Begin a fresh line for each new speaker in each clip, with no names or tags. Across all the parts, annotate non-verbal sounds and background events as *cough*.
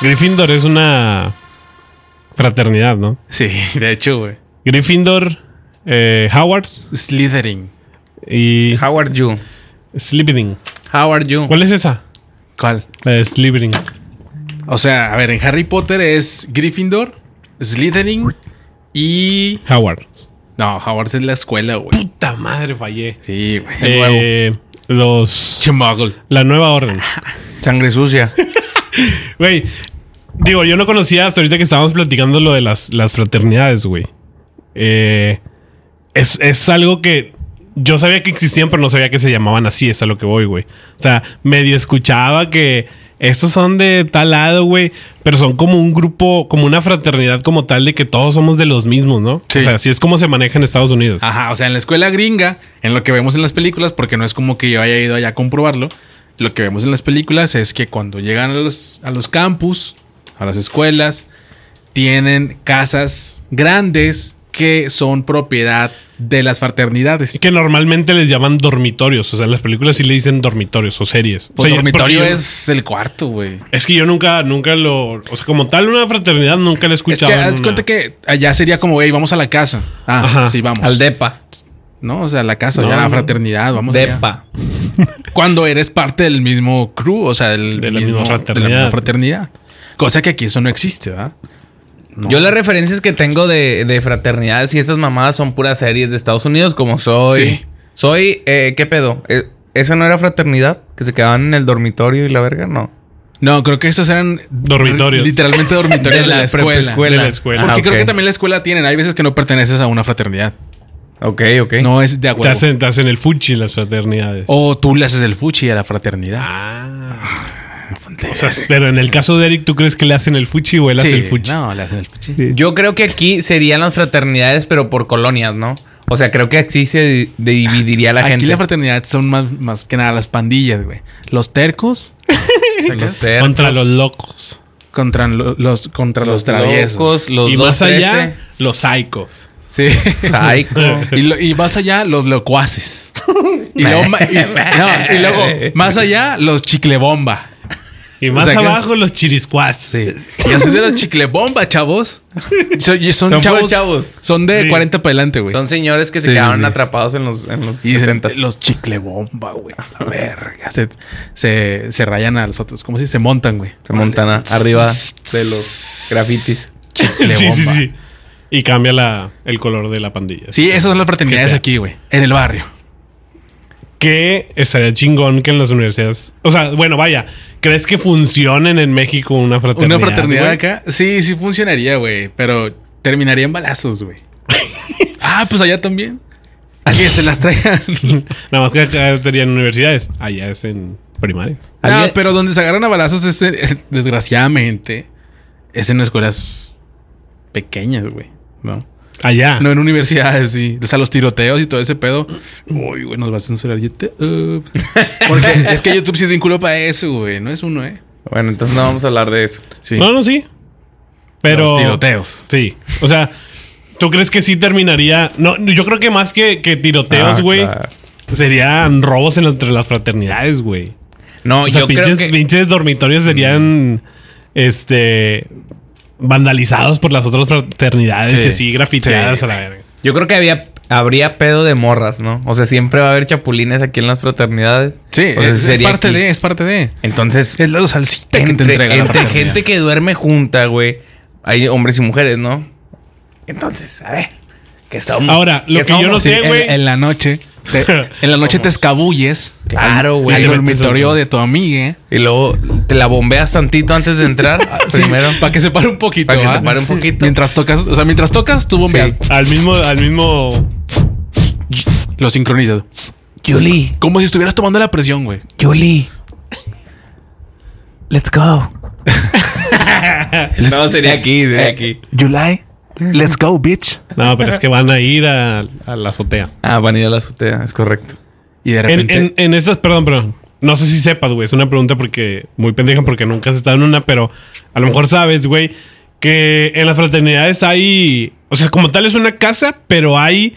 Gryffindor es una fraternidad, ¿no?
Sí, *laughs* de hecho, güey.
Gryffindor, eh, Howard
Slytherin.
y
How are you?
Slytherin.
How are you?
¿Cuál es esa?
¿Cuál?
La de Slytherin.
O sea, a ver, en Harry Potter es Gryffindor, Slytherin y...
Howard.
No, Howard es la escuela, güey.
Puta madre, fallé.
Sí, güey. El nuevo.
Eh, los.
Chimuggle.
La nueva orden.
Sangre sucia.
Güey, digo, yo no conocía hasta ahorita que estábamos platicando lo de las, las fraternidades, güey. Eh, es, es algo que yo sabía que existían, pero no sabía que se llamaban así, es a lo que voy, güey. O sea, medio escuchaba que estos son de tal lado, güey, pero son como un grupo, como una fraternidad como tal de que todos somos de los mismos, ¿no?
Sí. Ah.
O sea, así es como se maneja en Estados Unidos.
Ajá, o sea, en la escuela gringa, en lo que vemos en las películas, porque no es como que yo haya ido allá a comprobarlo, lo que vemos en las películas es que cuando llegan a los, a los campus, a las escuelas, tienen casas grandes que son propiedad de las fraternidades.
Que normalmente les llaman dormitorios, o sea, en las películas sí le dicen dormitorios o series.
Pues
o sea,
dormitorio
porque yo-
es el cuarto, güey.
Es que yo nunca, nunca lo. O sea, como tal, una fraternidad nunca la he
Es
escuchado.
que
en
haz
una-
cuenta que allá sería como, güey, vamos a la casa. Ah,
Ajá. E
sí, vamos.
Al depa.
no, o sea, la casa,
No,
ya la
no. E
fraternidad, vamos. allá.
Depa.
Cuando eres parte del mismo crew, o sea, del
De la
mismo-
misma
de la
fraternidad.
misma fraternidad. Cosa que aquí eso no existe, ¿verdad?
Yo las referencias que tengo de, de fraternidades y estas mamadas son puras series de Estados Unidos, como soy.
Sí.
Soy, eh, ¿qué pedo? Eh, ¿Esa no era fraternidad? ¿Que se quedaban en el dormitorio y la verga? No.
No, creo que estos eran
Dormitorios.
r- Literalmente dormitorios
*laughs*
de la escuela.
De la escuela.
Porque
Ah,
creo
ok.
que también la escuela tienen. Hay veces que no perteneces a una fraternidad.
Ok, ok.
No es de a
Te
huevo.
hacen, te hacen el fuchi las fraternidades.
O tú le haces el fuchi a la fraternidad.
Ah. O sea, pero en el caso de Eric, ¿tú crees que le hacen el fuchi o él
Sí,
hace el fuchi?
No, le hacen el fuchi.
Yo creo que aquí serían las fraternidades, pero por colonias, ¿no? O sea, creo que así se di- dividiría la
Aquí
gente.
la fraternidad son más, más que nada las pandillas, güey. Los tercos
*laughs* Los tercos,
Contra los locos.
contra lo- los, contra los, traviesos.
locos, los
y
dos
más allá,
trece,
los psicos.
Sí. *laughs*
Psycho.
Y, lo- y más allá, los locuaces. Y luego, ma-
*laughs*
y- no, y luego, más allá, los chiclebomba.
Y más
O sea, que-
abajo, los chiriscuás. *laughs* Sí.
Y así de los chiclebomba, chavos. Son, y son
Son
chavos,
puros chavos.
Son de
Sí.
40 para adelante, güey.
Son señores que se
Sí, sí,
quedaron
sí.
atrapados en los, en los
Y dicen,
70s.
los chiclebomba, güey. La verga. Se, se, se rayan a los otros. ¿Cómo si se montan, güey?
Se montan a- arriba de los grafitis.
Chiclebomba.
sí, sí, sí. Y cambia la, el color de la pandilla.
Sí, esas son las fraternidades
GTA.
aquí, güey. En el barrio.
que estaría chingón que en las universidades. O sea, bueno, vaya, ¿crees que funcionen en México una fraternidad?
Una fraternidad
güey?
acá. Sí, sí funcionaría, güey. Pero terminaría en balazos,
*laughs*
güey. ah, pues allá también. Que se las
*laughs*
traigan.
*laughs* Nada más que acá serían universidades. Allá es en primarias.
no,
Había-
pero donde se agarran a balazos es, en- desgraciadamente, es en escuelas pequeñas, güey. ¿No?
Ah.
Allá.
No en universidades, sí. O sea, los tiroteos y todo ese pedo. Uy, güey, nos vas a censurar YouTube.
*laughs*
Porque es que YouTube sí es vínculo para eso, güey. No es uno, ¿eh?
Bueno, entonces no vamos a hablar de eso.
Sí.
No, no, sí. Pero.
Los tiroteos.
Sí. O sea, ¿tú crees que sí terminaría? No, yo creo que más que, que tiroteos,
Ah,
güey.
claro.
Serían robos en- entre las fraternidades, güey.
No,
O sea,
yo
pinches,
creo que...
pinches dormitorios serían. Este. Vandalizados por las otras fraternidades
Sí.
y así grafiteadas
Sí,
a la verga. *laughs*
Yo creo que había, habría pedo de morras, ¿no? O sea, siempre va a haber chapulines aquí en las fraternidades.
Sí,
O sea,
es, es
sería
parte
aquí.
de, es parte de.
Entonces,
Es la salsita que te
entre,
entrega la
entre
fraternidad.
gente que duerme junta, güey, hay hombres y mujeres, ¿no? Entonces, a ver, ¿qué somos?
Ahora, lo
¿Qué
que yo no
Sí,
sé-
en,
güey.
en la noche. te- en la noche te escabulles.
Claro, güey.
Al
te metes
dormitorio
al-
de tu amiga.
Y luego te la bombeas tantito antes
*laughs*
de entrar. *laughs* primero.
para que se pare un poquito.
Para que
¿va?
se pare un poquito.
Mientras tocas, o sea, mientras tocas, tú bombeas.
Sí.
Al mismo, al mismo.
Lo sincronizas.
Julie,
Como si estuvieras tomando la presión, güey.
Julie. Let's go. no,
*laughs*
sería aquí,
Eh.
sería aquí.
July, let's go, bitch.
No, pero es que van a ir a, a la azotea.
Ah, van a ir a la azotea, es correcto.
Y de
En,
repente.
en, en esas, perdón, pero no sé si sepas, güey. Es una pregunta porque muy pendeja porque nunca has estado en una, pero a lo mejor sabes, güey, que en las fraternidades hay. O sea, como tal es una casa, pero hay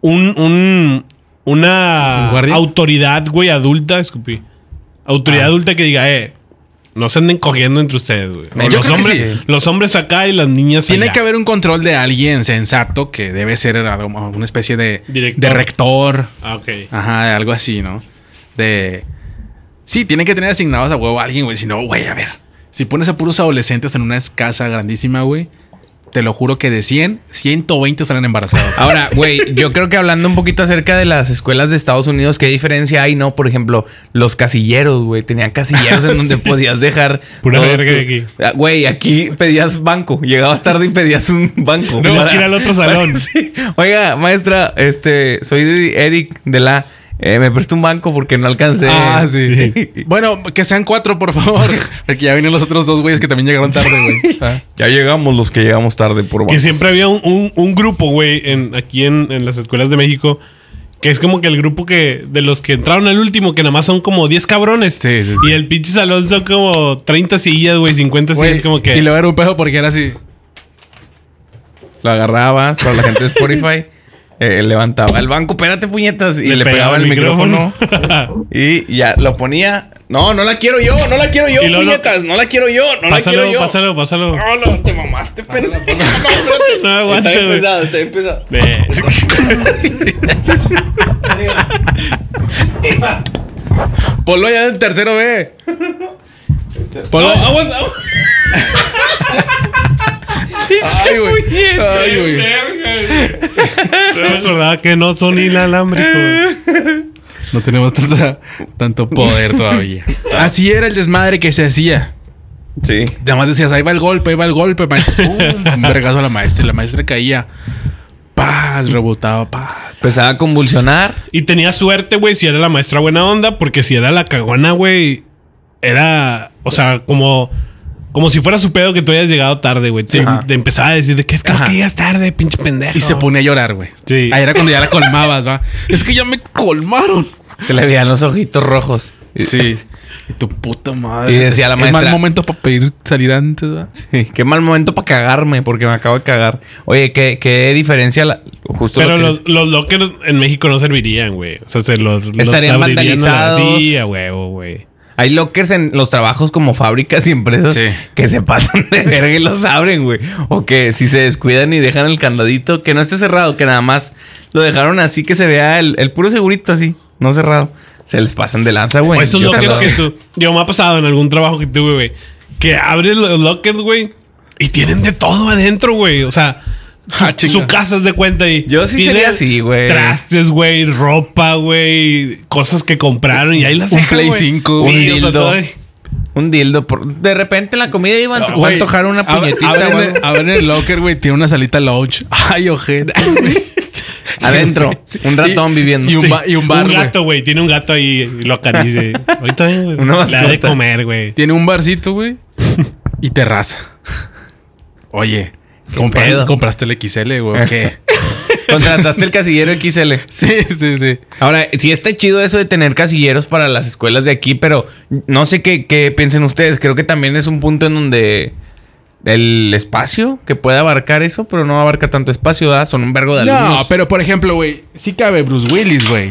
un. un- una
¿Un guardia? Ah.
autoridad, güey, adulta, escupí. autoridad adulta que diga, eh, no se anden cogiendo entre ustedes, güey. O
Yo
Los
creo que
hombres,
sí.
los hombres acá y las niñas
Tiene
Pues allá.
que haber un control de alguien sensato que debe ser algo- una especie de,
Director.
de rector.
Ah, ok.
Ajá, de algo así, ¿no? De. Sí, tiene que tener asignados a huevo a alguien, güey. Si no, güey, a ver. Si pones a puros adolescentes en una casa grandísima, güey, te lo juro que de 100, 120 salen embarazados.
Ah.
Ahora, güey, yo creo que hablando un poquito acerca de las escuelas de Estados Unidos, ¿qué diferencia hay, no? Por ejemplo, los casilleros, güey. Tenían
*laughs*
casilleros en donde podías dejar.
Pura
todo
verga
tu-
de aquí.
Ah, Güey, aquí pedías banco. Llegabas tarde y pedías un banco.
Tenías que ir al otro salón.
*laughs* Sí. Oiga, maestra, este, soy de Eric de la. eh, me prestó un banco porque no alcancé.
Ah, sí.
Sí.
*laughs* Bueno, que sean cuatro, por
*laughs*
favor. Porque ya vienen los otros dos güeyes que también llegaron tarde, güey. Ah.
*laughs* Ya llegamos los que llegamos tarde por
Que
pues,
bancos.
siempre había un, un- un grupo, güey, en, aquí en, en las escuelas de México, que es como que el grupo que de los que entraron al último, que nada más son como 10 cabrones.
Sí, sí, sí.
Y el pinche salón son como 30 sillas, güey, 50
Güey,
sillas, como que...
Y luego era un pedo porque era así.
Lo agarrabas para la gente
*laughs*
de Spotify. eh, levantaba el banco, espérate puñetas. Y le, pegaba, el micrófono. Y ya lo ponía. No, no la quiero yo, no la quiero yo,
Y luego lo-
puñetas. No la quiero yo, no la quiero
pásalo,
yo.
pásalo, Ah, pásalo.
No, no, te mamaste, pendejo. *laughs*
*laughs* No
está
aguanto,
bien
güey.
pesado, está bien pesado.
Ve.
Polo ya del tercero B. Polo.
No, aguas, aguas.
Ay, güey. Ay, güey.
*laughs* No me acordaba que no son inalámbricos.
No tenemos tanta- tanto
*laughs*
poder todavía. Así era el desmadre que se hacía.
Sí.
Además decías, ahí va el golpe, ahí va el golpe. *laughs* pa- ¡Pum! Un vergazo a la maestra. Y la maestra caía. Paz, rebotaba, paz.
Empezaba a convulsionar.
Y tenía suerte, güey, si era la maestra buena onda, porque si era la cagona, güey, era, o sea, como, como si fuera su pedo que tú hayas llegado tarde, güey. Te,
Ajá.
te empezaba a decir de que es como
Ajá.
que llegas tarde, pinche pendejo.
Y se ponía a llorar, güey.
Sí.
Ahí era cuando ya la colmabas,
*laughs*
va. Es que ya me colmaron.
Se le veían los ojitos rojos.
Sí. Y tu puta madre.
Y decía la
Es
maestra-
mal momento para pedir salir antes, va.
Sí, qué mal momento para cagarme, porque me acabo de cagar. Oye, qué, qué diferencia la- justo
Pero
lo que
los, los lockers en México no servirían, güey. O sea, se los, los abrirían
Estarían
a la-
vandalizados.
Sí, a huevo, güey.
Hay lockers en los trabajos como fábricas y empresas
Sí.
que se pasan de verga y los abren, güey. O que si se descuidan y dejan el candadito, que no esté cerrado, que nada más lo dejaron así que se vea el, el puro segurito así, no cerrado. Se les pasan de lanza, güey.
O
Pues
esos
Yo
lockers
tardaba-
que tú. Yo me ha pasado en algún trabajo que tuve, güey. Que abres los lockers, güey. Y tienen de todo adentro, güey. O sea,
Ah, chinga.
su casa es de cuenta y.
Yo sí
tiene
sería así, güey.
Trastes, güey. Ropa, güey. Cosas que compraron y ahí las
Un
dejan,
Play
güey.
5,
Sí,
un
o sea,
dildo.
todo-
Un dildo. por- De repente en la comida iban se fue a
Güey,
antojar una
ab-
puñetita,
abren
güey.
el- Abren el locker, güey. Tiene una salita lounge. *laughs* Ay,
*laughs*
ojete. güey. *laughs*
Adentro. Un ratón viviendo.
Y un,
Sí.
ba- y un bar, güey.
gato, güey. Tiene un gato ahí y lo acaricia. Ahorita, güey.
Una
Le ha de
mascota.
comer, güey.
Tiene un barcito, güey. Y terraza. Oye, compra-
pedo?
compraste el XL, güey. ¿o
*laughs*
¿Qué?
Contrataste el casillero XL.
sí, sí, sí.
Ahora, sí está chido eso de tener casilleros para las escuelas de aquí, pero no sé qué, qué piensen ustedes. Creo que también es un punto en donde el espacio que puede abarcar eso, pero no abarca tanto espacio, ¿verdad? Son un vergo de alumnos.
No, pero por ejemplo, güey, sí cabe Bruce Willis, güey.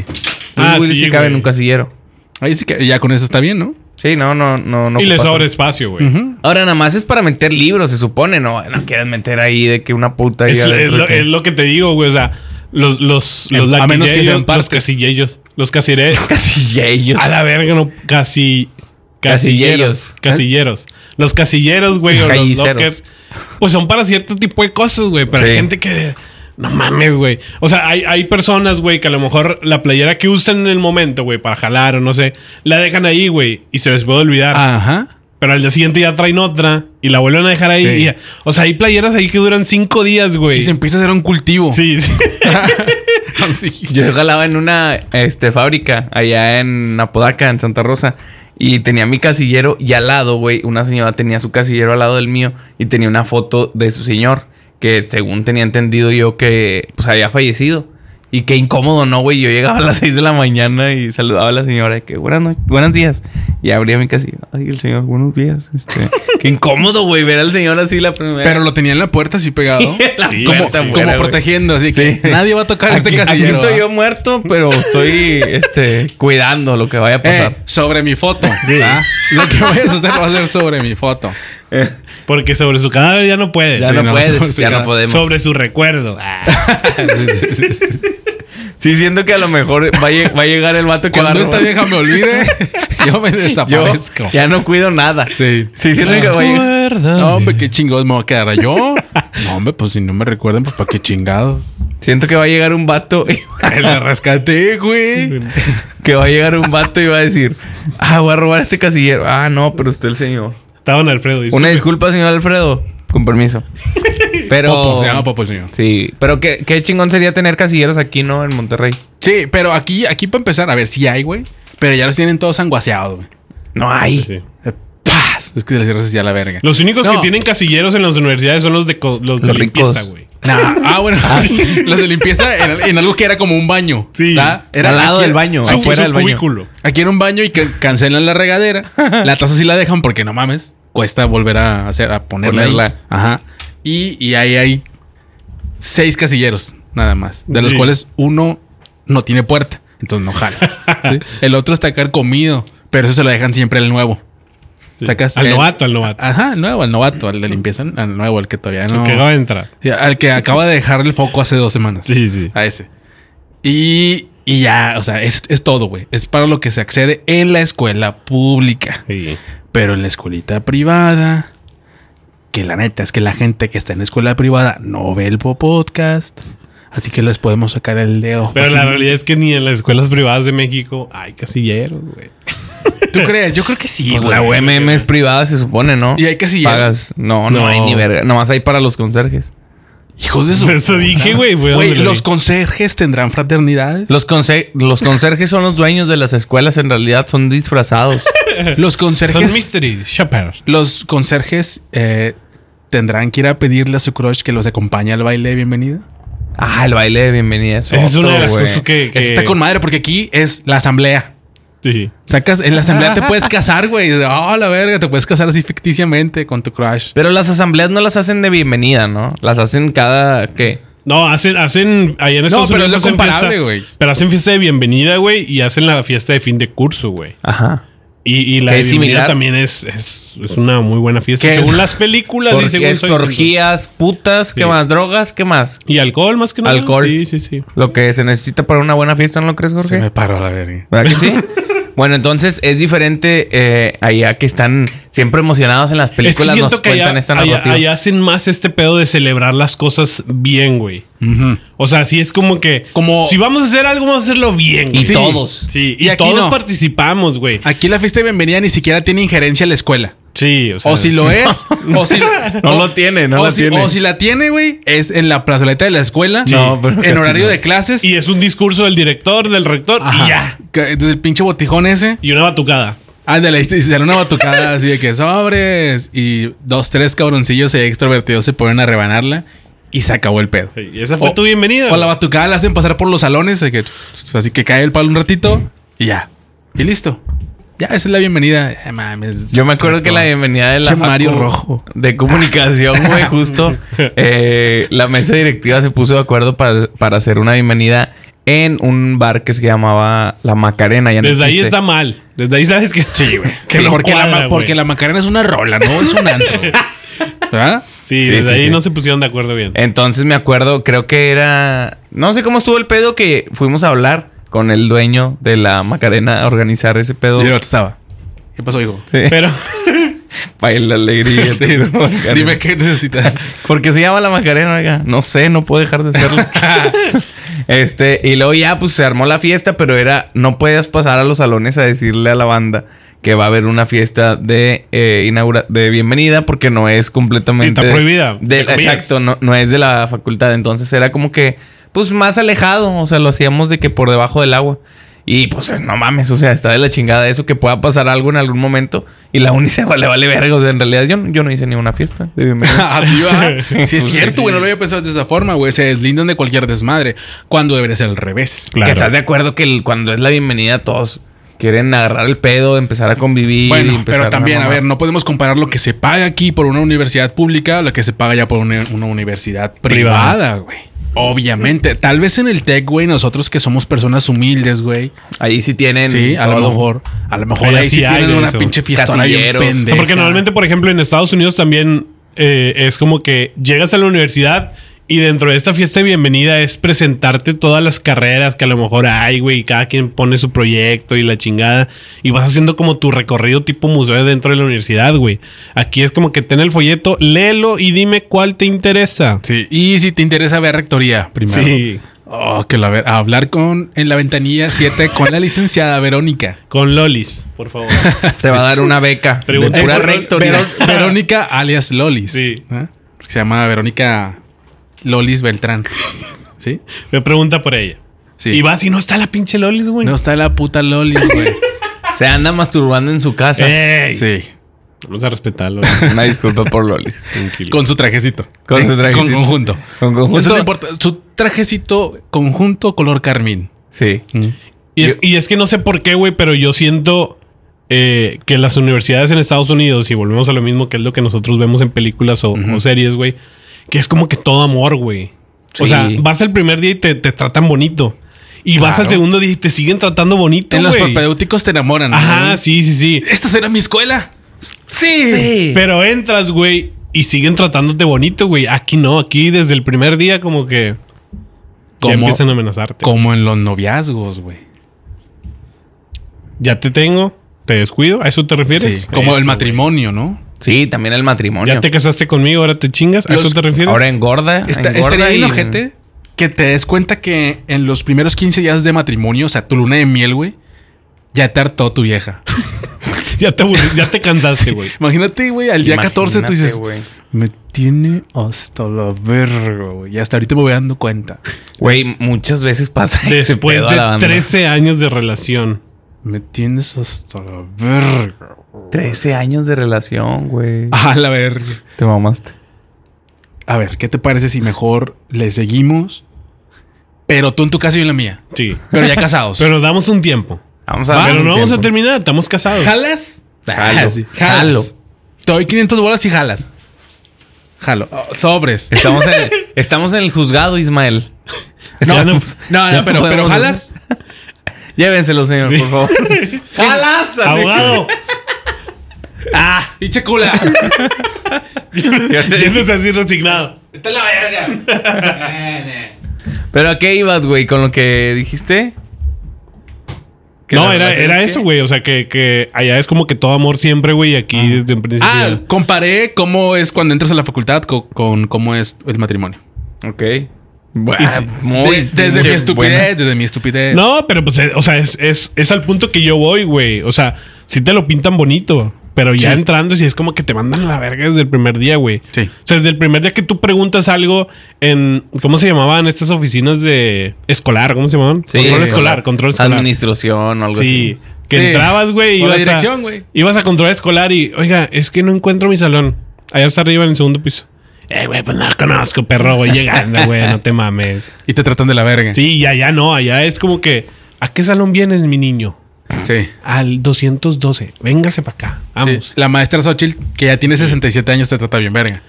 Los
Ah,
Willis
sí,
sí caben en
güey.
un casillero.
Ahí sí que ya con eso está bien, ¿no?
Sí, no, no, no. no
y le
ocupas-
sobra espacio, güey.
Ujú.
Ahora, nada más es para meter libros, se supone, ¿no? No quieras meter ahí de que una puta ahí
Es, es
adentro
lo,
que- *laughs*
es lo que te digo, güey. O sea, los, los, los
A menos que
laquillellos,
sean
los
partes.
casillellos, los casilleros.
Casilleros.
A la verga, no. Casi. Casilleros.
Casilleros. ¿eh?
Casilleros. Los casilleros, güey, o los
Calliceros.
lockers. Pues son para cierto tipo de cosas, güey. Pero hay
Sí.
gente que. No mames, güey. O sea, hay, hay personas, güey, que a lo mejor la playera que usan en el momento, güey, para jalar o no sé, la dejan ahí, güey, y se les puede olvidar.
Ah.
Ajá.
Pero al día siguiente ya traen otra y la vuelven a dejar ahí.
Sí.
y ya- o sea, hay playeras ahí que duran cinco días, güey.
Y se empieza a hacer un cultivo.
Sí, *laughs* sí.
*laughs* Así.
*laughs* Yo jalaba en una este, fábrica allá en Apodaca, en Santa Rosa. Y tenía mi casillero y al lado, güey, una señora tenía su casillero al lado del mío y tenía una foto de su señor, que según tenía entendido yo que pues había fallecido. Y qué incómodo, ¿no, güey? Yo llegaba a las 6 de la mañana y saludaba a la señora de que buenas noches, buenos días. Y abría mi casilla. Ay, el señor, buenos días. Este, qué incómodo, güey, ver al señor así la primera
Pero lo tenía en la puerta así pegado.
la
*laughs* Sí,
puerta
como-
afuera,
como
güey.
protegiendo, así que
Sí.
nadie va a tocar *laughs* este
Aquí- aquí
casillero.
estoy
¿va?
yo muerto, pero estoy este,
*laughs*
cuidando lo que vaya a
Eh,
pasar.
sobre mi foto. ¿va? Lo que vayas a hacer va a ser sobre mi foto.
Porque sobre su cadáver ya no puedes.
ya
sí,
no,
no, sobre
puedes,
su
ya no
cara.
podemos.
sobre su recuerdo. Ah.
Sí, sí, sí, sí.
Sí, siento que a lo mejor va a, lle- va a llegar el vato que va a
Cuando esta
robar.
vieja me *laughs* olvide, yo me
*laughs* Yo
desaparezco.
ya no cuido nada.
Sí.
Sí, siento que va a llegar.
Recuérdame.
No, hombre, qué chingados me voy a quedar yo. No, hombre, pues si no me recuerdan, pues para qué chingados.
Siento que va a llegar un vato y-
*laughs* La rescaté, güey.
que va a llegar un vato y va a decir, ah, voy a robar este casillero. Ah, no, pero usted el señor.
Estaba en Alfredo. disculpe.
Una disculpa, señor Alfredo.
*laughs*
Con permiso. Pero.
Popo, se llama Popo el señor.
Sí, pero qué, qué chingón sería tener casilleros aquí, ¿no? En Monterrey.
Sí, pero aquí, aquí para empezar, a ver, sí hay, güey. Pero ya los tienen todos anguaseados, güey.
No hay.
Sí.
Eh, ¡Paz! Es que les cierras así a la verga.
Los únicos que
No.
tienen casilleros en las universidades son los de, co- los de
Los
limpieza,
ricos.
güey.
*laughs*
Nah. Ah, bueno, *laughs* los de limpieza en, en algo que era como un baño.
Sí.
¿verdad?
Era al lado
aquí-
del baño,
Su- su
afuera del baño.
cubículo.
Aquí era un baño y que cancelan la
*laughs*
regadera. La taza sí la dejan porque no mames. Cuesta volver a hacer, a ponerla. ahí.
Ponerla.
Ajá. Y, y ahí hay seis casilleros, nada más. De los
Sí.
cuales uno no tiene puerta. Entonces no
*laughs*
jala. ¿sí? El otro está acá comido. Pero eso se lo dejan siempre al nuevo.
Sí.
Sacas
Al
el-
novato, al novato.
Ajá, al nuevo, al novato, al de limpieza, al nuevo, al que todavía no.
El que acaba de entrar.
Sí, Al que acaba de dejar el foco hace dos semanas.
Sí, sí.
A ese. Y, y ya, o sea, es, es todo, güey. Es para lo que se accede en la escuela pública.
Sí.
Pero en la escuelita privada, que la neta es que la gente que está en la escuela privada no ve el po- podcast. Así que les podemos sacar el dedo.
Pero
Así.
la realidad es que ni en las escuelas privadas de México hay casilleros, güey.
¿Tú crees? Yo creo que sí,
Pues
güey.
la UMM es privada, se supone, ¿no?
Y hay casilleros.
Pagas. No, no,
No.
hay ni verga. Nomás hay para los conserjes.
Hijos de su...
Eso dije, güey, fue
Pues Güey,
donde Pues, lo
los
vi.
conserjes tendrán fraternidades.
Los, conse- los conserjes son los dueños de las escuelas, en realidad son disfrazados.
Los
Son
conserjes...
mystery shoppers.
Los conserjes eh, tendrán que ir a pedirle a su crush que los acompañe al baile de bienvenida.
ah, el baile de bienvenida es,
Es
otro,
una de las
güey.
cosas que... que-
Eso está con madre porque aquí es la asamblea.
Sí.
Sacas, en la asamblea te
*laughs*
puedes casar, güey. Oh, la verga, te puedes casar así ficticiamente con tu crush.
Pero las asambleas no las hacen de bienvenida, ¿no? Las hacen cada... ¿Qué?
No, hacen, hacen, ahí en Estados
pero
Unidos
es lo
hacen
comparable,
fiesta-
güey.
Pero hacen fiesta de bienvenida, güey, y hacen la fiesta de fin de curso, güey.
Ajá.
Y, y la
Que
de
es
bienvenida
similar.
también es, es, es una muy buena fiesta.
Que es-
Según las películas y según
Porque es
soy- soy-
orgías, putas, ¿qué
Sí.
más? ¿Drogas? ¿Qué más?
Y alcohol más que nada.
Alcohol.
Sí, sí, sí.
Lo que se necesita para una buena fiesta, ¿no lo crees, Jorge?
Se me paró la verga.
*laughs*
¿Verdad que sí? bueno, entonces es diferente eh, allá que están siempre emocionados en las
Es que
películas,
siento
nos
que
cuentan
allá,
esta
allá-
narrativa.
allá hacen más este pedo de celebrar las cosas bien, güey.
Ujú.
O sea, sí es como que...
Como-
Si vamos a hacer algo, vamos a hacerlo bien.
Y
güey.
todos.
Sí, y,
Y aquí
todos
no.
participamos, güey.
Aquí la fiesta de bienvenida ni siquiera tiene injerencia en la escuela.
Sí, o sea...
O si lo es, o si
*laughs* No
o-
lo tiene, no
o
lo
si-
tiene.
O si la tiene, güey, es en la plazoleta de la escuela,
Sí. No, pero casi
en horario
no.
de clases
Y es un discurso del director, del rector,
Ajá.
y ya.
Que- Entonces el pinche botijón ese.
Y una batucada.
Ándale, y se y se da una batucada así de que sobres. Y dos, tres cabroncillos eh, extrovertidos se ponen a rebanarla. Y se acabó el pedo.
Y esa fue
O-
tu bienvenida.
O la
güey.
batucada la hacen pasar por los salones. de que- así que cae el palo un ratito. Y ya. Y listo. Ya, esa es la bienvenida. Eh, mames.
Yo me acuerdo que la bienvenida de la
Che, Mario
facu
Rojo.
de comunicación, güey, justo eh, la mesa directiva se puso de acuerdo para, para hacer una bienvenida en un bar que se llamaba La Macarena. Ya no
Desde ahí
existe.
está mal. Desde ahí sabes *laughs* que... Sí, güey.
Sí, porque, la, ma- porque la Macarena es una rola, no es un antro. ¿Verdad?
Sí,
Sí,
desde
sí,
ahí
sí. Eh,
no se pusieron de acuerdo bien.
Entonces me acuerdo, creo que era. No sé cómo estuvo el pedo que fuimos a hablar con el dueño de la Macarena a organizar ese pedo.
Yo no estaba. ¿Qué pasó, hijo?
Sí.
Pero... *laughs*
Baila
*laughs*
alegría.
Sí.
tío, Macarena.
Dime qué necesitas.
*laughs* ¿Por qué se llama la Macarena, oiga? No sé, no puedo dejar de hacerlo. este, y luego ya, pues se armó la fiesta, pero era, no podías pasar a los salones a decirle a la banda que va a haber una fiesta de eh, inaugura de bienvenida porque no es completamente
Está prohibida,
de-
entre comillas.
exacto, no, no es de la facultad, entonces era como que pues más alejado, o sea, lo hacíamos de que por debajo del agua. Y pues es- no mames, o sea, está de la chingada eso que pueda pasar algo en algún momento y la *laughs* uni se vale, vale verga. O sea, en realidad yo, yo no hice ni una fiesta. de bienvenida.
*laughs*
*laughs*
Así va. Sí, es
Pues
cierto, güey. No lo había pensado de esa forma, güey. Se deslindan de cualquier desmadre. Cuando debería ser al revés.
Claro.
Que estás de acuerdo que el- cuando es la bienvenida todos quieren agarrar el pedo, empezar a convivir. y
Bueno,
empezar
pero también, a
mamar.
ver, no podemos comparar lo que se paga aquí por una universidad pública a lo que se paga ya por una, una universidad
Privada.
privada, güey. Obviamente. Tal vez en el tech, güey, nosotros que somos personas humildes, güey.
Ahí sí tienen.
Sí, a lo
todo.
mejor. A lo mejor
Ahí
ahí sí
sí hay
tienen
de
una
eso.
pinche fiesta
Casilleros.
O sea, porque normalmente, por ejemplo, en Estados Unidos también eh, es como que llegas a la universidad y dentro de esta fiesta de bienvenida es presentarte todas las carreras que a lo mejor hay, güey, y cada quien pone su proyecto y la chingada. Y vas haciendo como tu recorrido tipo museo dentro de la universidad, güey. Aquí es como que ten el folleto, léelo y dime cuál te interesa.
Sí, y si te interesa ver rectoría primero.
Sí.
Oh, que la ver, a hablar con en la ventanilla 7 con la licenciada Verónica.
Con Lolis, por favor.
Te va a dar una beca.
Pregunta-
de pura
Ex-
rectoría.
Verón- Verónica alias Lolis.
Sí.
¿eh? Porque se llama Verónica Lolis Beltrán. ¿Sí?
Me pregunta por ella.
Sí.
Y vas y no está la pinche Lolis, güey.
No está la puta Lolis, güey.
Se anda masturbando en su casa.
*laughs*
Eh,
Ey.
Sí.
Vamos a respetarlo.
Una disculpa por Lolis.
Tranquilo.
Con su trajecito.
Con su trajecito.
Con conjunto.
Con conjunto.
Eso no importa. Su trajecito conjunto color carmín.
Sí.
Y es, y es que no sé por qué, güey, pero yo siento eh, que las universidades en Estados Unidos, y volvemos a lo mismo que es lo que nosotros vemos en películas o, o series, güey, que es como que todo amor, güey. O
Sí.
sea, vas al primer día y te, te tratan bonito. Y vas
Claro.
al segundo día y te siguen tratando bonito,
En los
güey.
propedéuticos te enamoran. ¿no?
Ajá, sí, sí, sí.
Esta será mi escuela.
Sí.
Pero entras, güey, y siguen tratándote bonito, güey. Aquí no, aquí desde el primer día como que... Ya
Como-
empiezan a amenazarte.
Como en los noviazgos, güey.
Ya te tengo, te descuido, ¿a eso te refieres?
Sí, como
Eso,
el
güey.
matrimonio, ¿no?
Sí, también el matrimonio.
Ya te casaste conmigo, ahora te chingas. ¿A
Los-
eso te refieres?
Ahora engorda.
Está,
engorda
estaría
y-
bien, gente, que te des cuenta que en los primeros 15 días de matrimonio, o sea, tu luna de miel, güey, ya te hartó tu vieja. *laughs*
Ya te, aburrí- ya te
*laughs*
cansaste, güey.
Imagínate, güey, al día 14 tú
Imagínate,
dices,
güey.
me tiene hasta la verga, güey. Y hasta ahorita me voy dando cuenta.
Güey, muchas veces pasa ese
Después
pedo a la
de
banda.
13 años de relación.
Me tienes hasta la verga. güey. *laughs*
13 años de relación, güey.
A la verga.
Te mamaste.
A ver, ¿qué te parece si mejor le seguimos? Pero tú en tu casa y yo en la mía.
*laughs*
Sí.
Pero ya *laughs* casados.
Pero nos damos un tiempo.
Vamos a
Va,
ver.
Pero no vamos a terminar, estamos casados.
¿Jalas? Ah,
Jalo.
Sí, jalas.
Jalo.
Te doy 500 bolas y jalas. Jalo.
*laughs*
Oh, sobres.
Estamos en, el, estamos en el juzgado, Ismael.
Ya no-
No, no,
Ya
pero, pero
podemos
jalas.
Llévenselo, señor, por favor. ¡Jalas! Así que- *laughs*
Abogado.
Ah,
*laughs*
pinche cula.
Ya te-
Tienes así resignado.
Está la verga.
¿Pero a qué ibas, güey? ¿Con lo que dijiste? ¿Que
No,
la
era,
relación
era
es
eso,
qué?
güey. O sea, que, que allá es como que todo amor siempre, güey. Y aquí desde un principio.
ah, comparé cómo es cuando entras a la facultad co- con, cómo es el matrimonio.
Ok. Bueno,
De- desde mi estupidez, desde mi estupidez.
No, pero pues, eh, o sea, es, es, es al punto que yo voy, güey. O sea, sí te lo pintan bonito, pero ya
Sí.
entrando, sí es como que te mandan a la verga desde el primer día, güey.
Sí.
O sea, desde el primer día que tú preguntas algo en. ¿Cómo se llamaban estas oficinas de. escolar? ¿Cómo se llamaban? control escolar, control escolar.
Administración o algo
Sí.
así.
Que
Sí.
entrabas, güey, y
O la
ibas
dirección,
a.
güey.
Ibas a control escolar y, oiga, es que no encuentro mi salón. Allá está arriba en el segundo piso. Eh, güey, pues no conozco, perro, voy llegando, *laughs* güey, no te mames.
Y te tratan de la verga.
Sí, y allá no, allá es como que, ¿a qué salón vienes, mi niño?
Sí.
Al 212, véngase para acá,
Sí.
vamos.
La maestra Xochitl, que ya tiene 67 años, te trata bien verga.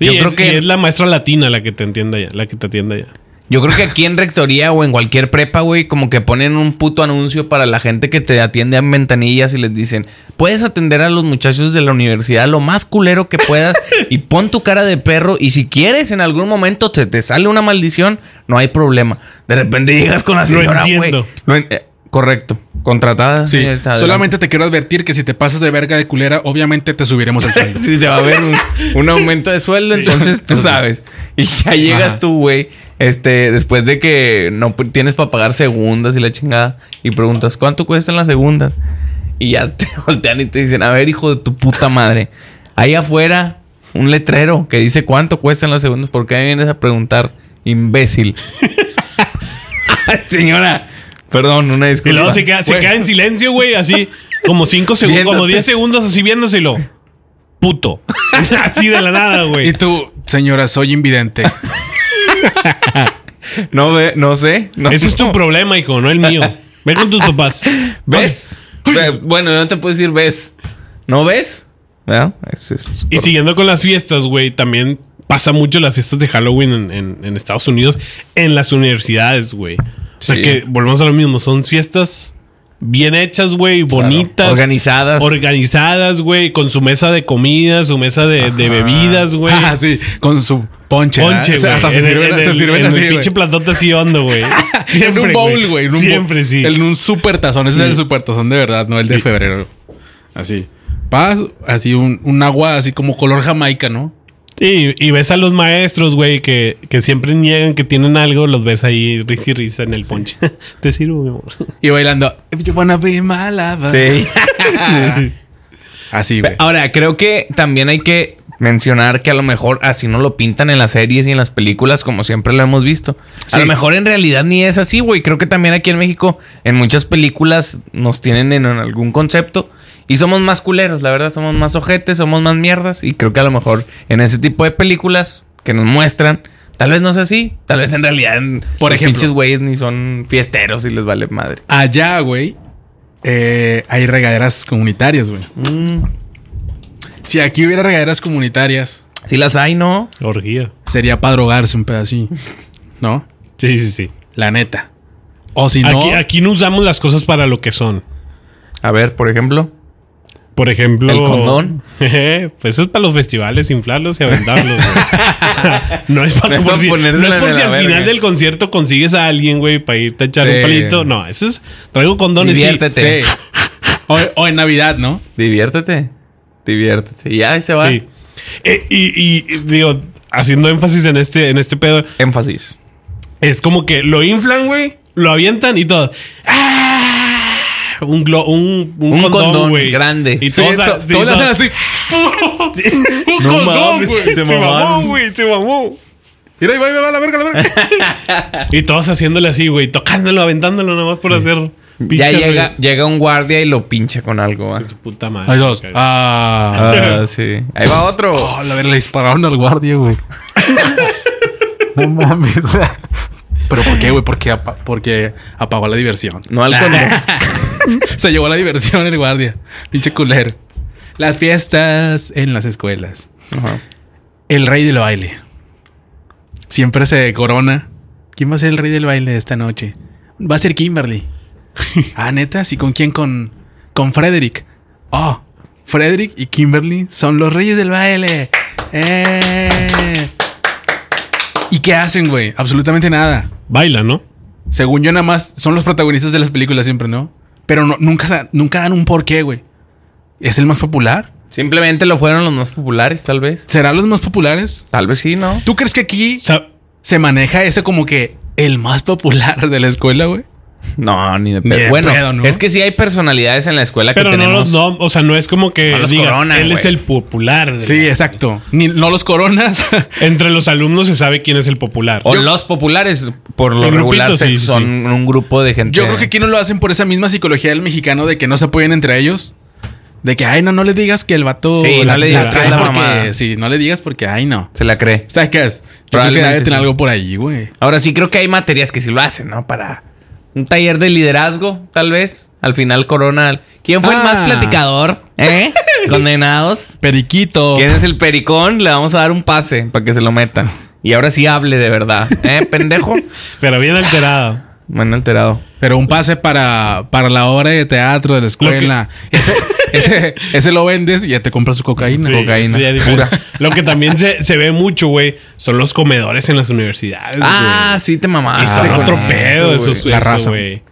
Sí,
Yo
es,
creo que-
y es la maestra latina la que te entiende allá, la que te atiende allá.
Yo creo que aquí en rectoría o en cualquier prepa, güey, como que ponen un puto anuncio para la gente que te atiende en ventanillas y les dicen, puedes atender a los muchachos de la universidad lo más culero que puedas y pon tu cara de perro y si quieres en algún momento te, te sale una maldición, no hay problema. De repente llegas con la
Lo
señora, güey.
entiendo.
Lo en- eh, Correcto. Contratada.
Sí.
señorita, adelante.
Solamente te quiero advertir que si te pasas de verga de culera, obviamente te subiremos
*laughs*
el
*laughs*
sueldo.
Si te va a haber un, un aumento de sueldo, entonces tú sabes. Y ya llegas
Ajá.
tú, güey, este, después de que no pu- tienes para pagar segundas y la chingada, y preguntas, ¿cuánto cuestan las segundas? Y ya te *laughs* voltean y te dicen, a ver, hijo de tu puta madre, ahí afuera un letrero que dice cuánto cuestan las segundas, *laughs* ¿por qué me vienes a preguntar, imbécil? Señora, Perdón, una
Y
disculpa.
luego se queda, se
Güey.
queda en silencio, güey, así como 5 segundos, como
Viéndote.
10 segundos así viéndoselo. Puto. *laughs* así de la nada,
Y
güey.
tú, señora, soy invidente.
No, ve- no sé. No
Ese es tu problema, hijo, no el mío. Ve con tus papás.
¿Ves? Ve- Bueno, no te puedo decir ves. ¿No ves? ¿Verdad? Es- es-
Y siguiendo con las fiestas, güey, también pasa mucho las fiestas de Halloween en, en- en Estados Unidos, en las universidades, güey. O sea
Sí.
que volvemos a lo mismo, son fiestas bien hechas, güey, bonitas.
Organizadas.
Organizadas, güey, con su mesa de comida, su mesa de, de bebidas, *laughs* güey.
*laughs* Ah, sí, con su ponche. ¿verdad?
Ponche,
O sea,
güey.
hasta se
En el-
sirven,
en
se
el-
sirven
en
así,
el
güey.
pinche platote así hondo, güey.
*laughs* en un bowl, güey. en un bowl.
Siempre, sí.
En un super tazón. Ese es el super tazón de verdad, no el de
Sí.
febrero. Así. Paz, así un, un agua así como color jamaica, ¿no?
Y, y ves a los maestros, güey, que, que siempre niegan que tienen algo, los ves ahí risa y risa en el ponche. *laughs* Te sirvo, mi
*laughs*
amor.
Y bailando. "If you wanna be my lover".
Sí.
Así,
Ah.
güey.
Ahora, creo que también hay que mencionar que a lo mejor así no lo pintan en las series y en las películas como siempre lo hemos visto. A
Sí.
lo mejor en realidad ni es así, güey. Creo que también aquí en México en muchas películas nos tienen en algún concepto y somos más culeros, la verdad, somos más ojetes, somos más mierdas y creo que a lo mejor en ese tipo de películas que nos muestran Tal vez no sea así, tal vez en realidad por
Por ejemplo.
pinches güeyes ni son fiesteros y les vale madre.
Allá, güey, eh, hay regaderas comunitarias, güey. Mm. Si aquí hubiera regaderas comunitarias,
Si las hay, ¿no?
Orgía.
sería para drogarse un pedacito, ¿no?
Sí, sí, sí.
La neta. O si no,
Aquí, aquí no usamos las cosas para lo que son.
A ver, por ejemplo.
Por ejemplo.
¿El condón?
*laughs* Jeje, pues eso es para los festivales, inflarlos y aventarlos.
*laughs*
güey. *laughs* no es para
No es
por
pa'
si, no es
ponérsela en
por si
la
al final
verga.
del concierto consigues a alguien, güey, para irte a echar
Sí.
un palito. No, eso es. Traigo condones y.
Diviértete.
Sí. O, o en Navidad, ¿no?
Diviértete. Diviértete. Y ya ahí se va.
Sí. Eh, y, y- y, digo, haciendo énfasis en este, en este pedo,
Énfasis.
es como que lo inflan, güey, lo avientan y todo. ¡Ah! Un, glo- un, un
Un
condón,
condón
güey.
grande.
Y
Sí,
todos,
to-
a- sí,
todos le hacen
todos- *laughs*
así.
Un
No
condón,
mames,
güey.
se
Se mamó,
mamaron.
güey. Se mamó.
Mira, ahí va, ahí va, la verga, la verga.
Y todos haciéndole así, güey. Tocándolo, aventándolo nomás por hacer
Ya
pinche
llega,
ruido.
llega un guardia y lo pincha con algo. ¿va?
Su puta madre.
*laughs* Hay dos.
Ok.
Ah.
*laughs*
Ah, sí. Ahí va otro.
Oh, la verga, le dispararon al guardia, *laughs* güey. no mames. ¿Pero por qué, güey? Porque, apa- porque apagó la diversión.
No al condón.
*laughs*
Ah.
Se llevó la diversión el guardia. Pinche culero. Las fiestas en las escuelas.
*laughs* Ajá.
El rey del baile. Siempre se corona. ¿Quién va a ser el rey del baile esta noche? Va a
*laughs*
ser Kimberly. ah, neta, ¿sí con quién? Con, con Frederick. Oh, Frederick y Kimberly son los reyes del baile. ¡Eh! ¿Y qué hacen, güey? Absolutamente nada.
Baila, ¿no?
Según yo, nada más son los protagonistas de las películas siempre, ¿no? Pero no- nunca, sa- nunca dan un porqué, güey. ¿Es el más popular?
Simplemente lo fueron los más populares, tal vez.
¿Será los más populares?
Tal vez sí, ¿no?
¿Tú crees que aquí
O sea,
se maneja ese como que el más popular de la escuela, güey?
No, ni de
Ni
pedo.
de
Bueno,
pedo, ¿no?
es que sí hay personalidades en la escuela
pero
que
no los
tenemos.
no, o sea, no es como que
No los
digas,
coronan,
él
güey.
es el popular. de
Sí,
la-
exacto. Ni, no los coronas. *laughs*
Entre los alumnos se sabe quién es el popular.
O los populares, por lo
El grupito,
regular, se-
sí, sí,
son
sí.
un grupo de gente.
Yo creo que aquí no lo hacen por esa misma psicología del mexicano de que no se apoyen entre ellos. De que, ay, no, no le digas que el vato...
Sí, no
la-
le digas
la
que
trae
es la
porque-
mamada.
Sí, no le digas porque, ay, no.
Se la cree.
Sacas. Yo creo que
Probablemente
debe tener
sí.
algo por ahí, güey.
Ahora sí creo que hay materias que sí lo hacen, ¿no? Para un taller de liderazgo, tal vez. Al final Corona. ¿Quién fue el
Ah.
más platicador? ¿Eh? *laughs* Condenados.
Periquito.
¿Quién es el pericón? Le vamos a dar un pase para que se lo metan. Y ahora sí hable de verdad. *laughs* ¿Eh, pendejo?
Pero bien alterado.
Me han alterado.
Pero un pase para, para la obra de teatro de la escuela. Ese, ese, ese lo vendes y ya te compras su cocaína.
Sí,
cocaína.
sí, ya dije.
pura.
Lo que también se, se ve mucho, güey, son los comedores en las universidades.
Ah, sí te
güey. Y
mamaste.
son
ah,
otro
con
pedo
eso,
esos,
güey.
la
eso,
raza.
güey.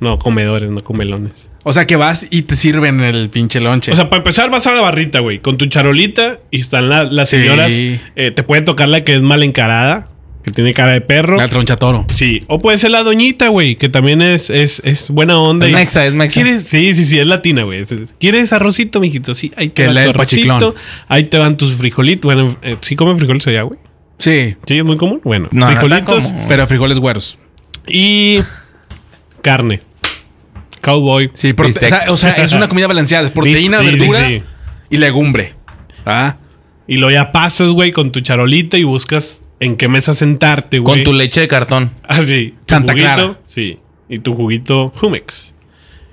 No, comedores, no comelones.
O sea que vas y te sirven el pinche lonche.
O sea, para empezar vas a la barrita, güey, con tu charolita y están la- las
Sí.
señoras. eh, te puede tocar la que es mal encarada, que tiene cara de perro.
la tronchatoro.
Sí, o puede ser la doñita, güey, que también es, es, es buena onda.
Es
y-
mexa, es mexa.
¿Quieres? Sí, sí, sí, es latina, güey. Es- es- ¿Quieres arrocito, mijito? Sí, ahí
Que
te va
la
tu
del pachiclón.
arrocito, ahí te van tus frijolitos. Bueno, eh, sí comen frijoles allá, güey.
Sí.
Sí, es muy común. Bueno,
No, no está
frijolitos
común.
Pero frijoles güeros.
y carne. Cowboy.
Sí, prote-
Bistec.
o, sea, o sea, es una comida balanceada. Es proteína,
Bif- sí,
verdura
sí, sí.
y legumbre. Ah,
Y lo ya pasas, güey, con tu charolita y buscas en qué mesa sentarte, güey.
Con tu leche de cartón.
Así. tu
Santa
juguito,
Clara.
Sí. Y tu juguito Jumex.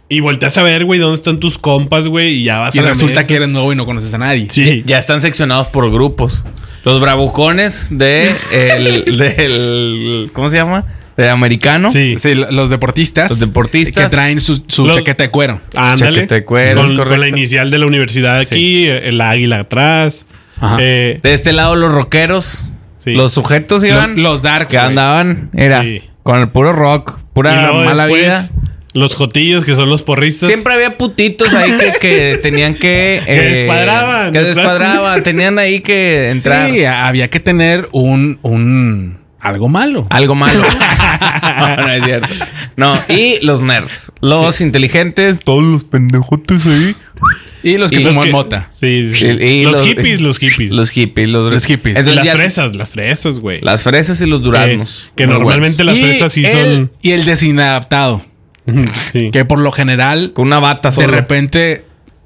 Y volteas a ver, güey, dónde están tus compas, güey, y ya vas
y
a la
resulta
mesa.
que eres nuevo y no conoces a nadie.
Sí.
Ya están seccionados por grupos. Los bravucones de el, *laughs* del ¿cómo se llama? De americano.
Sí.
Sí, lo- los deportistas.
Los deportistas.
Que traen su, su
Los-
chaqueta de cuero.
Ándale.
Chaqueta de cuero, es
con, con
correcto.
la inicial de la universidad aquí, eh, el águila atrás.
Ajá.
Eh,
De este lado los rockeros.
Sí.
Los sujetos iban.
Lo- los darks,
que
güey.
andaban era
Sí.
con el puro rock,
y
pura
luego
mala
después,
vida.
Los jotillos, que son los porristas.
Siempre había putitos ahí que,
*laughs*
que tenían que. eh,
descuadraban,
Que
descuad-
descuadraban. Tenían ahí que entrar.
Sí, había que tener un, un algo malo.
*laughs*
Algo malo. *laughs* no, no es cierto. No, y los nerds. Los inteligentes. Todos los pendejotes ahí.
Y los que
Y los
fuman
que-
mota.
Sí, sí, sí.
Y- y
los, hippies, los hippies.
Los hippies. Los,
Los hippies.
Entonces
las
ya-
fresas, las fresas, güey. Eh,
Las fresas y los duraznos.
Que, que
Muy
normalmente las
Y
fresas sí
el-
son.
Y el desinadaptado. *laughs*
Sí.
Que por lo general,
buenos. Con una bata
de
solo.
repente,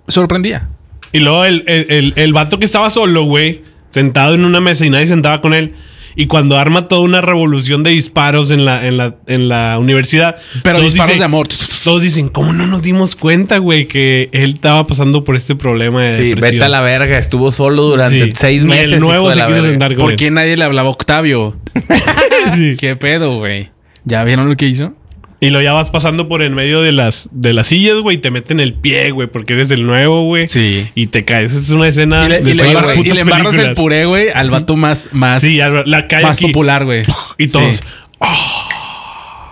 sorprendía.
Y luego el, el, el- el vato que estaba solo, güey, sentado en una mesa y nadie sentaba con él. Y cuando arma toda una revolución de disparos en la, en la, en la universidad.
Pero
todos
disparos
dicen-
de amor.
Todos dicen, ¿cómo no nos dimos cuenta, güey, que él estaba pasando por este problema de
Sí,
depresión?
vete a la verga. Estuvo solo durante
Sí.
seis
Ni
meses.
el
hijo
nuevo
de
se
la
quiso
verga.
sentar con
¿Por qué
él.
nadie le hablaba a Octavio?
*laughs* Sí.
¿Qué pedo, güey? ¿Ya vieron lo que hizo?
Y lo ya vas pasando por en medio de las, de las sillas, güey, y te meten el pie, güey, porque eres el nuevo, güey.
Sí.
Y te caes. Es una escena
Y le, y
de
le
todas
embarra-
las
y le
putas
embarras el
películas.
puré, güey, al vato más, más,
Sí, al- la cae
más
aquí.
popular, güey.
Y todos.
Sí.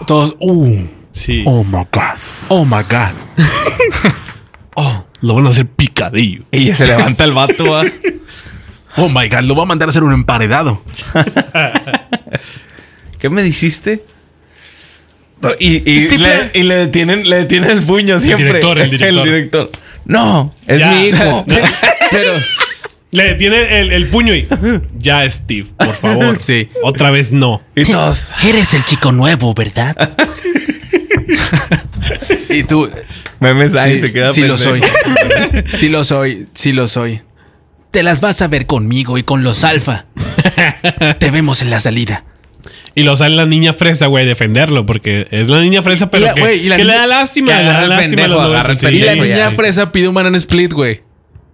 Todos, uh,
Sí.
oh my God, oh my God.
Oh, lo van a hacer picadillo.
Y ya se levanta el vato. va.
Oh my God, lo va a mandar a hacer un emparedado.
¿Qué me dijiste? Y, y
Stifler.
le, y le detienen, le detienen *laughs* el puño siempre.
director, el director.
director. No,
*laughs*
es
Ya.
mi hijo.
Pero,
Le detiene el, el puño y. Ya, Steve, por favor.
Sí.
Otra vez no.
y todos.
eres el chico nuevo, ¿verdad? y tú,
Memes ahí
sí,
se queda.
sí lo
pendejo.
soy. Sí lo soy, sí lo soy. Te las vas a ver conmigo y con los alfa. Te vemos en la salida.
Y lo sale la niña fresa, güey, a defenderlo, porque es la niña fresa, pero
Y la-
que,
güey, y la
que le
niña-
da lástima,
que
le da
agarra el
lástima a los
pendejo, agarra el
adultos, sí,
Y la
sí,
niña
sí.
fresa pide un banana split, güey.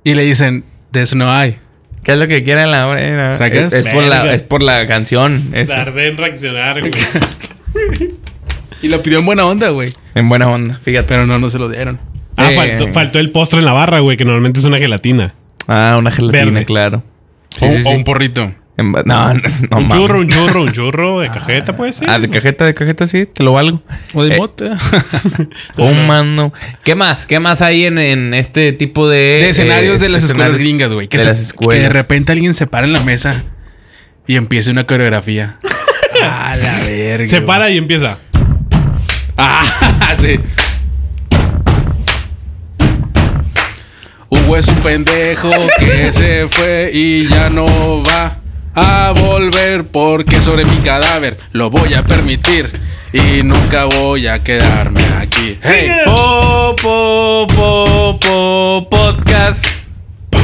Y le dicen, de eso no hay.
¿Qué es lo que quieren la morena?
¿Sacas?
Es, es por la,
Verga.
es por la canción. eso.
Tardé en reaccionar, güey.
Y lo pidió en buena onda, güey.
En buena onda, fíjate.
Pero no, no se lo dieron.
Ah,
Eh.
faltó, faltó el postre en la barra, güey, que normalmente es una gelatina.
Ah, una gelatina,
Verde. Oh,
claro. Sí,
o,
sí, sí.
o un porrito.
En ba- No, *laughs* no, no
un
mames.
churro, un churro, un churro de cajeta, puede ser.
Ah, de cajeta, de cajeta, sí, te lo valgo.
O de
Eh,
mota.
Oh, mano. ¿Qué más? ¿Qué más hay en, en este tipo de...
de escenarios
eh,
de las
escenarios
escuelas gringas, güey. Que,
de
se-
las escuelas.
que de repente alguien se para en la mesa y empieza una coreografía. *laughs* A la verga.
Se
güey.
para y empieza.
Ah, *laughs* sí. Hugo es un pendejo que se fue y ya no va a volver porque sobre mi cadáver lo voy a permitir y nunca voy a quedarme aquí. Hey.
Sigue.
Po, po, po, po, podcast. Po,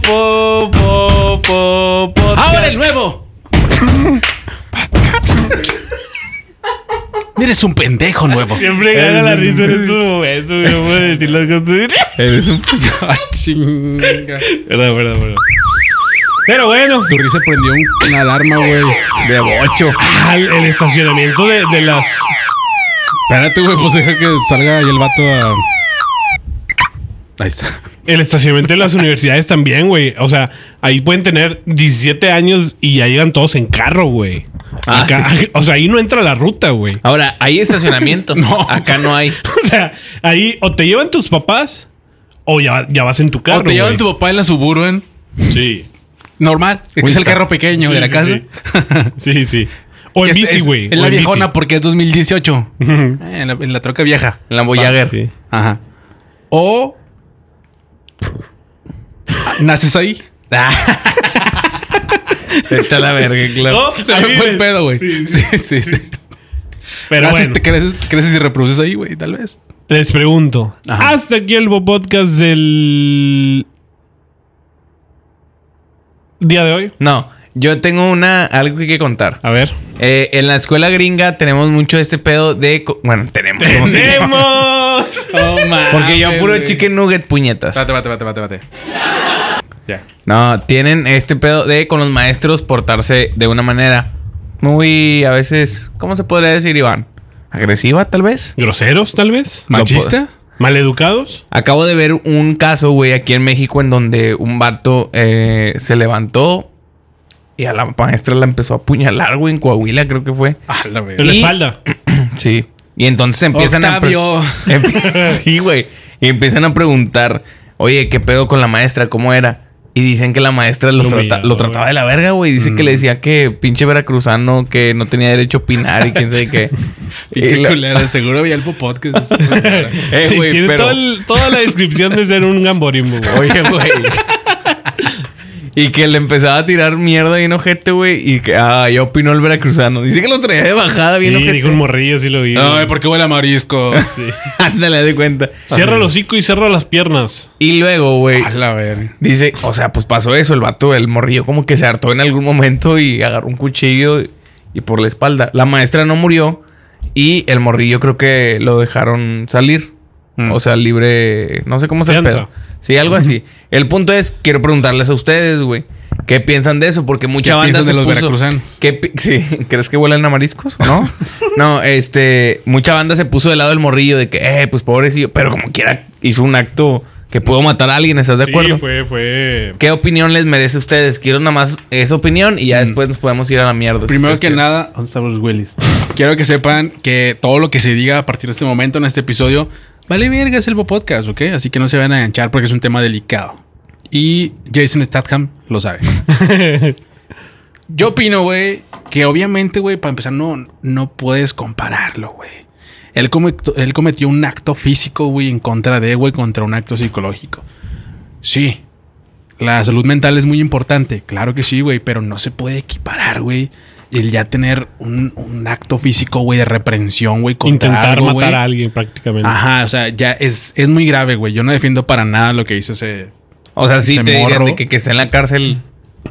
po, po, po, podcast.
¡Ahora el nuevo! Eres un pendejo nuevo.
Siempre gana la risa en estos momentos, güey. Puedo decir las cosas.
*laughs*
Eres un-
Ah, chinga.
Perdón, perdón, perdón. Pero bueno,
Tu risa prendió un- una alarma, güey.
De bocho.
ah, el- el estacionamiento de, de las.
Espérate, güey, pues deja que salga ahí el vato a. Ahí está.
El estacionamiento de las universidades también, güey. O sea, ahí pueden tener 17 años y ya llegan todos en carro, güey.
Ah,
Acá- *laughs* O sea, ahí no entra la ruta, güey. *laughs*
Ahora, hay
*laughs*
estacionamiento.
No.
Acá no hay.
O sea, ahí o te llevan tus papás o ya, ya vas en tu carro.
o te llevan
güey.
tu papá en la Suburban.
Sí.
Normal. que es el
está.
carro pequeño
Sí,
de la
sí,
casa.
Sí, sí. sí. O en
*laughs* Que es-
bici,
es-
güey.
En
o
la
bici.
viejona porque es 2018. Eh, en, la, en la troca vieja.
En la Voyager. *laughs*
Sí.
Ajá. O. Ah, ¿Naces ahí?
Vete a la
*laughs*
verga, claro. Ah,
No,
Se me fue el
vives.
pedo, güey.
Sí,
Sí,
sí.
sí, sí.
Pero
Así
bueno,
te creces, creces y reproduces ahí, güey, tal vez.
les pregunto.
Ajá.
Hasta aquí el podcast del día de hoy.
No, yo tengo una algo que contar.
A ver.
Eh, en la escuela gringa tenemos mucho este pedo de. co- Bueno, tenemos.
*laughs*
como si-
*laughs* ¡Tenemos!
Porque yo puro chicken nugget puñetas.
Vate, vate, vate, vate, vate. *laughs* Ya.
No, tienen este pedo de con los maestros portarse de una manera muy a veces, ¿cómo se podría decir, Iván? Agresiva, tal vez.
¿Groseros, tal vez?
¿Machista?
¿Maleducados?
Acabo de ver un caso, güey, aquí en México en donde un vato eh, se levantó y a la maestra la empezó a apuñalar, güey, en Coahuila, creo que fue.
Ah, la verga.
En la
Y-
espalda.
Sí. Y entonces empiezan
Octavio.
*laughs* a. pre- Empi- sí, güey. Y empiezan a preguntar, oye, ¿qué pedo con la maestra? ¿Cómo era? Y dicen que la maestra
Lo Mm.
los trata-
humillaba,
lo trataba de la verga, güey. Dice que le decía que pinche veracruzano, que no tenía derecho a opinar y quién sabe
*laughs*
qué.
*laughs* Pinche
Y la-
culera, seguro vi el *laughs* podcast.
*laughs* Eh,
Sí,
güey,
tiene
pero-
todo el- toda la descripción de ser un gamborimbo, güey.
*laughs* Oye, güey. Y que le empezaba a tirar mierda bien ojete, güey. Y que, ah, yo opinó el veracruzano. Dice que los traía de bajada bien
Sí,
ojete. *laughs*
dijo un morrillo, sí lo vi.
Ay,
güey.
¿por qué huele
*laughs*
a marisco?
Sí.
Ándale, haz de cuenta.
Cierra el hocico y cierra las piernas.
Y luego, güey.
A la verga.
Dice, o sea, pues pasó eso, el vato, el morrillo como que se hartó en algún momento y agarró un cuchillo y, y por la espalda. La maestra no murió y el morrillo creo que lo dejaron salir.
Mm.
O sea, libre, no sé cómo se
Fianza.
pedo. Sí, algo así. El punto es, quiero preguntarles a ustedes, güey, ¿qué piensan de eso? Porque mucha
¿Qué
banda
piensan
se
de los
puso-
veracruzanos?
¿Qué pi- sí, *laughs* ¿crees que huelen a mariscos
*laughs*
o no? no, este, mucha banda se puso del lado del morrillo de que, eh, pues pobrecillo, pero como quiera hizo un acto que pudo matar a alguien, ¿estás de
Sí,
acuerdo?
fue, fue.
¿Qué opinión les merece a ustedes? Quiero nada más esa opinión y ya después nos podemos ir a la mierda. si
Mm. Primero
ustedes
que
quieren.
nada, ¿dónde están los Willys? Quiero que sepan que todo lo que se diga a partir de este momento en este episodio vale verga es el podcast, ¿ok? Así que no se van a enganchar porque es un tema delicado. Y Jason Statham lo sabe.
*laughs*
Yo opino, güey, que obviamente, güey, para empezar, no, no puedes compararlo, güey. Él, comet- él cometió un acto físico, güey, en contra de, güey, contra un acto psicológico. Sí, la salud mental es muy importante, claro que sí, güey, pero no se puede equiparar, güey. El ya tener un, un acto físico, güey, de reprensión, güey, contra
Intentar
algo,
matar
güey. Ah,
a alguien prácticamente.
Ajá, o sea, ya es, es muy grave, güey. Yo no defiendo para nada lo que hizo ese.
O sea, sí
Ese
te dirían
morro.
de que, que esté en la cárcel.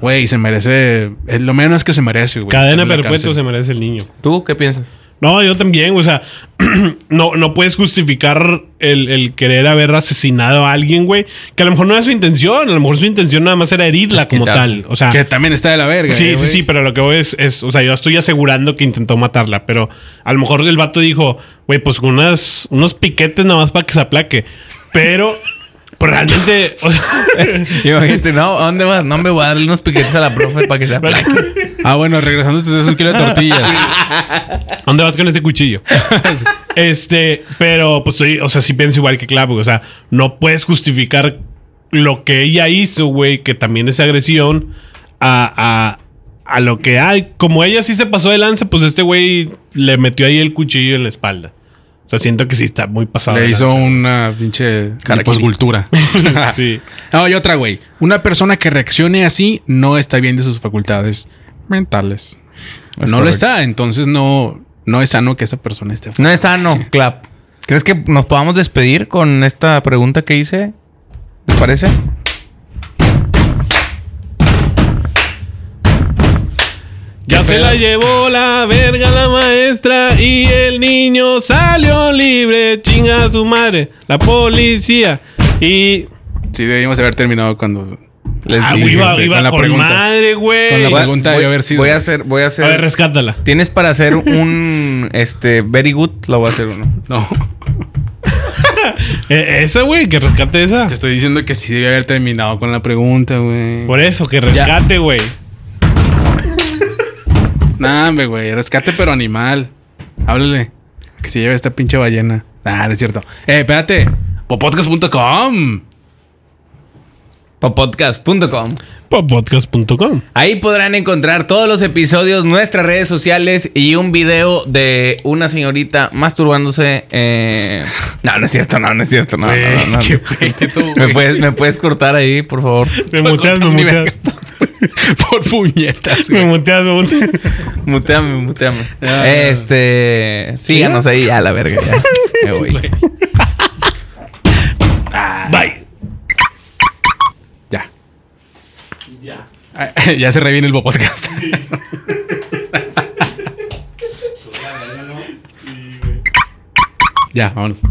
Güey, se merece. Es lo menos que se merece, güey.
Cadena
Estar en la
perpetua
cárcel.
se merece el niño.
¿Tú qué piensas?
No, yo también, o sea, *clears throat* no, no puedes justificar el, el querer haber asesinado a alguien, güey, que a lo mejor no era su intención, a lo mejor su intención nada más era herirla como
quitar-
tal, o sea,
Que también está de la verga.
sí, sí,
eh, güey.
sí, pero lo que voy es, es, o sea, yo estoy asegurando que intentó matarla, pero a lo mejor el vato dijo, güey, pues con unas, unos piquetes nada más para que se aplaque, pero, pero realmente, o
*laughs*
sea,
Imagínate, Este, no, ¿a dónde vas? No me voy a darle unos piquetes a la profe para que *laughs* se aplaque.
Ah, bueno, regresando, te das un kilo de tortillas.
¿A ¿Dónde vas con ese
*laughs*
cuchillo? este, pero pues sí, o sea, sí pienso igual que Clavo, o sea, no puedes justificar lo que ella hizo, güey, que también es agresión a, a, a lo que hay. Como ella sí se pasó de lanza, pues este güey le metió ahí el cuchillo en la espalda. O sea, siento que sí está muy pasado.
Le
de
hizo
lanza.
una pinche
Harakiri.
poscultura.
*laughs*
*laughs*
Sí.
No, y otra, güey. Una persona que reaccione así no está bien de sus facultades mentales. no
Es
lo
correcto.
está, entonces no, no es sano que esa persona esté.
No es sano, clap. ¿Crees que nos podamos despedir con esta pregunta que hice? ¿Les parece?
Ya
Qué
se
pedo.
la llevó la verga la maestra y el niño salió libre. Chinga a su madre, la policía. Y
Sí, debimos haber terminado cuando les
Ah, güey,
dijiste
iba, iba
este, con la
con
pregunta.
madre, güey.
Con la
A
pregunta debió haber sido-
voy a hacer, voy a hacer.
ver, rescátala.
Tienes para hacer un este very good, lo voy a hacer uno.
No,
Eh, esa, güey, que rescate esa.
te estoy diciendo que sí debí haber terminado con la pregunta, güey.
Por eso, que rescate, güey.
Nah, hombre, güey, rescate pero animal. Háblale. Que se lleve esta pinche ballena. Ah, no es cierto. Eh, espérate. Popodcast.com.
Popodcast.com
Podcast.com.
Ahí podrán encontrar todos los episodios, nuestras redes sociales y un video de una señorita masturbándose. eh, No, no es cierto, no, no es cierto, no. no, no, no.
Qué pedo,
¿Me,
güey.
puedes, me puedes cortar ahí, por favor.
Me muteas, me
Ni
muteas.
vergas. *laughs* Por puñetas,
Me
güey.
muteas, Ah, me muteas.
Muteame, muteame.
Ah.
este. Síganos ahí, ya la verga. ya. Me voy.
Bye.
Ya. Ya. *laughs* ya se reviene el podcast. *laughs* ya, vámonos.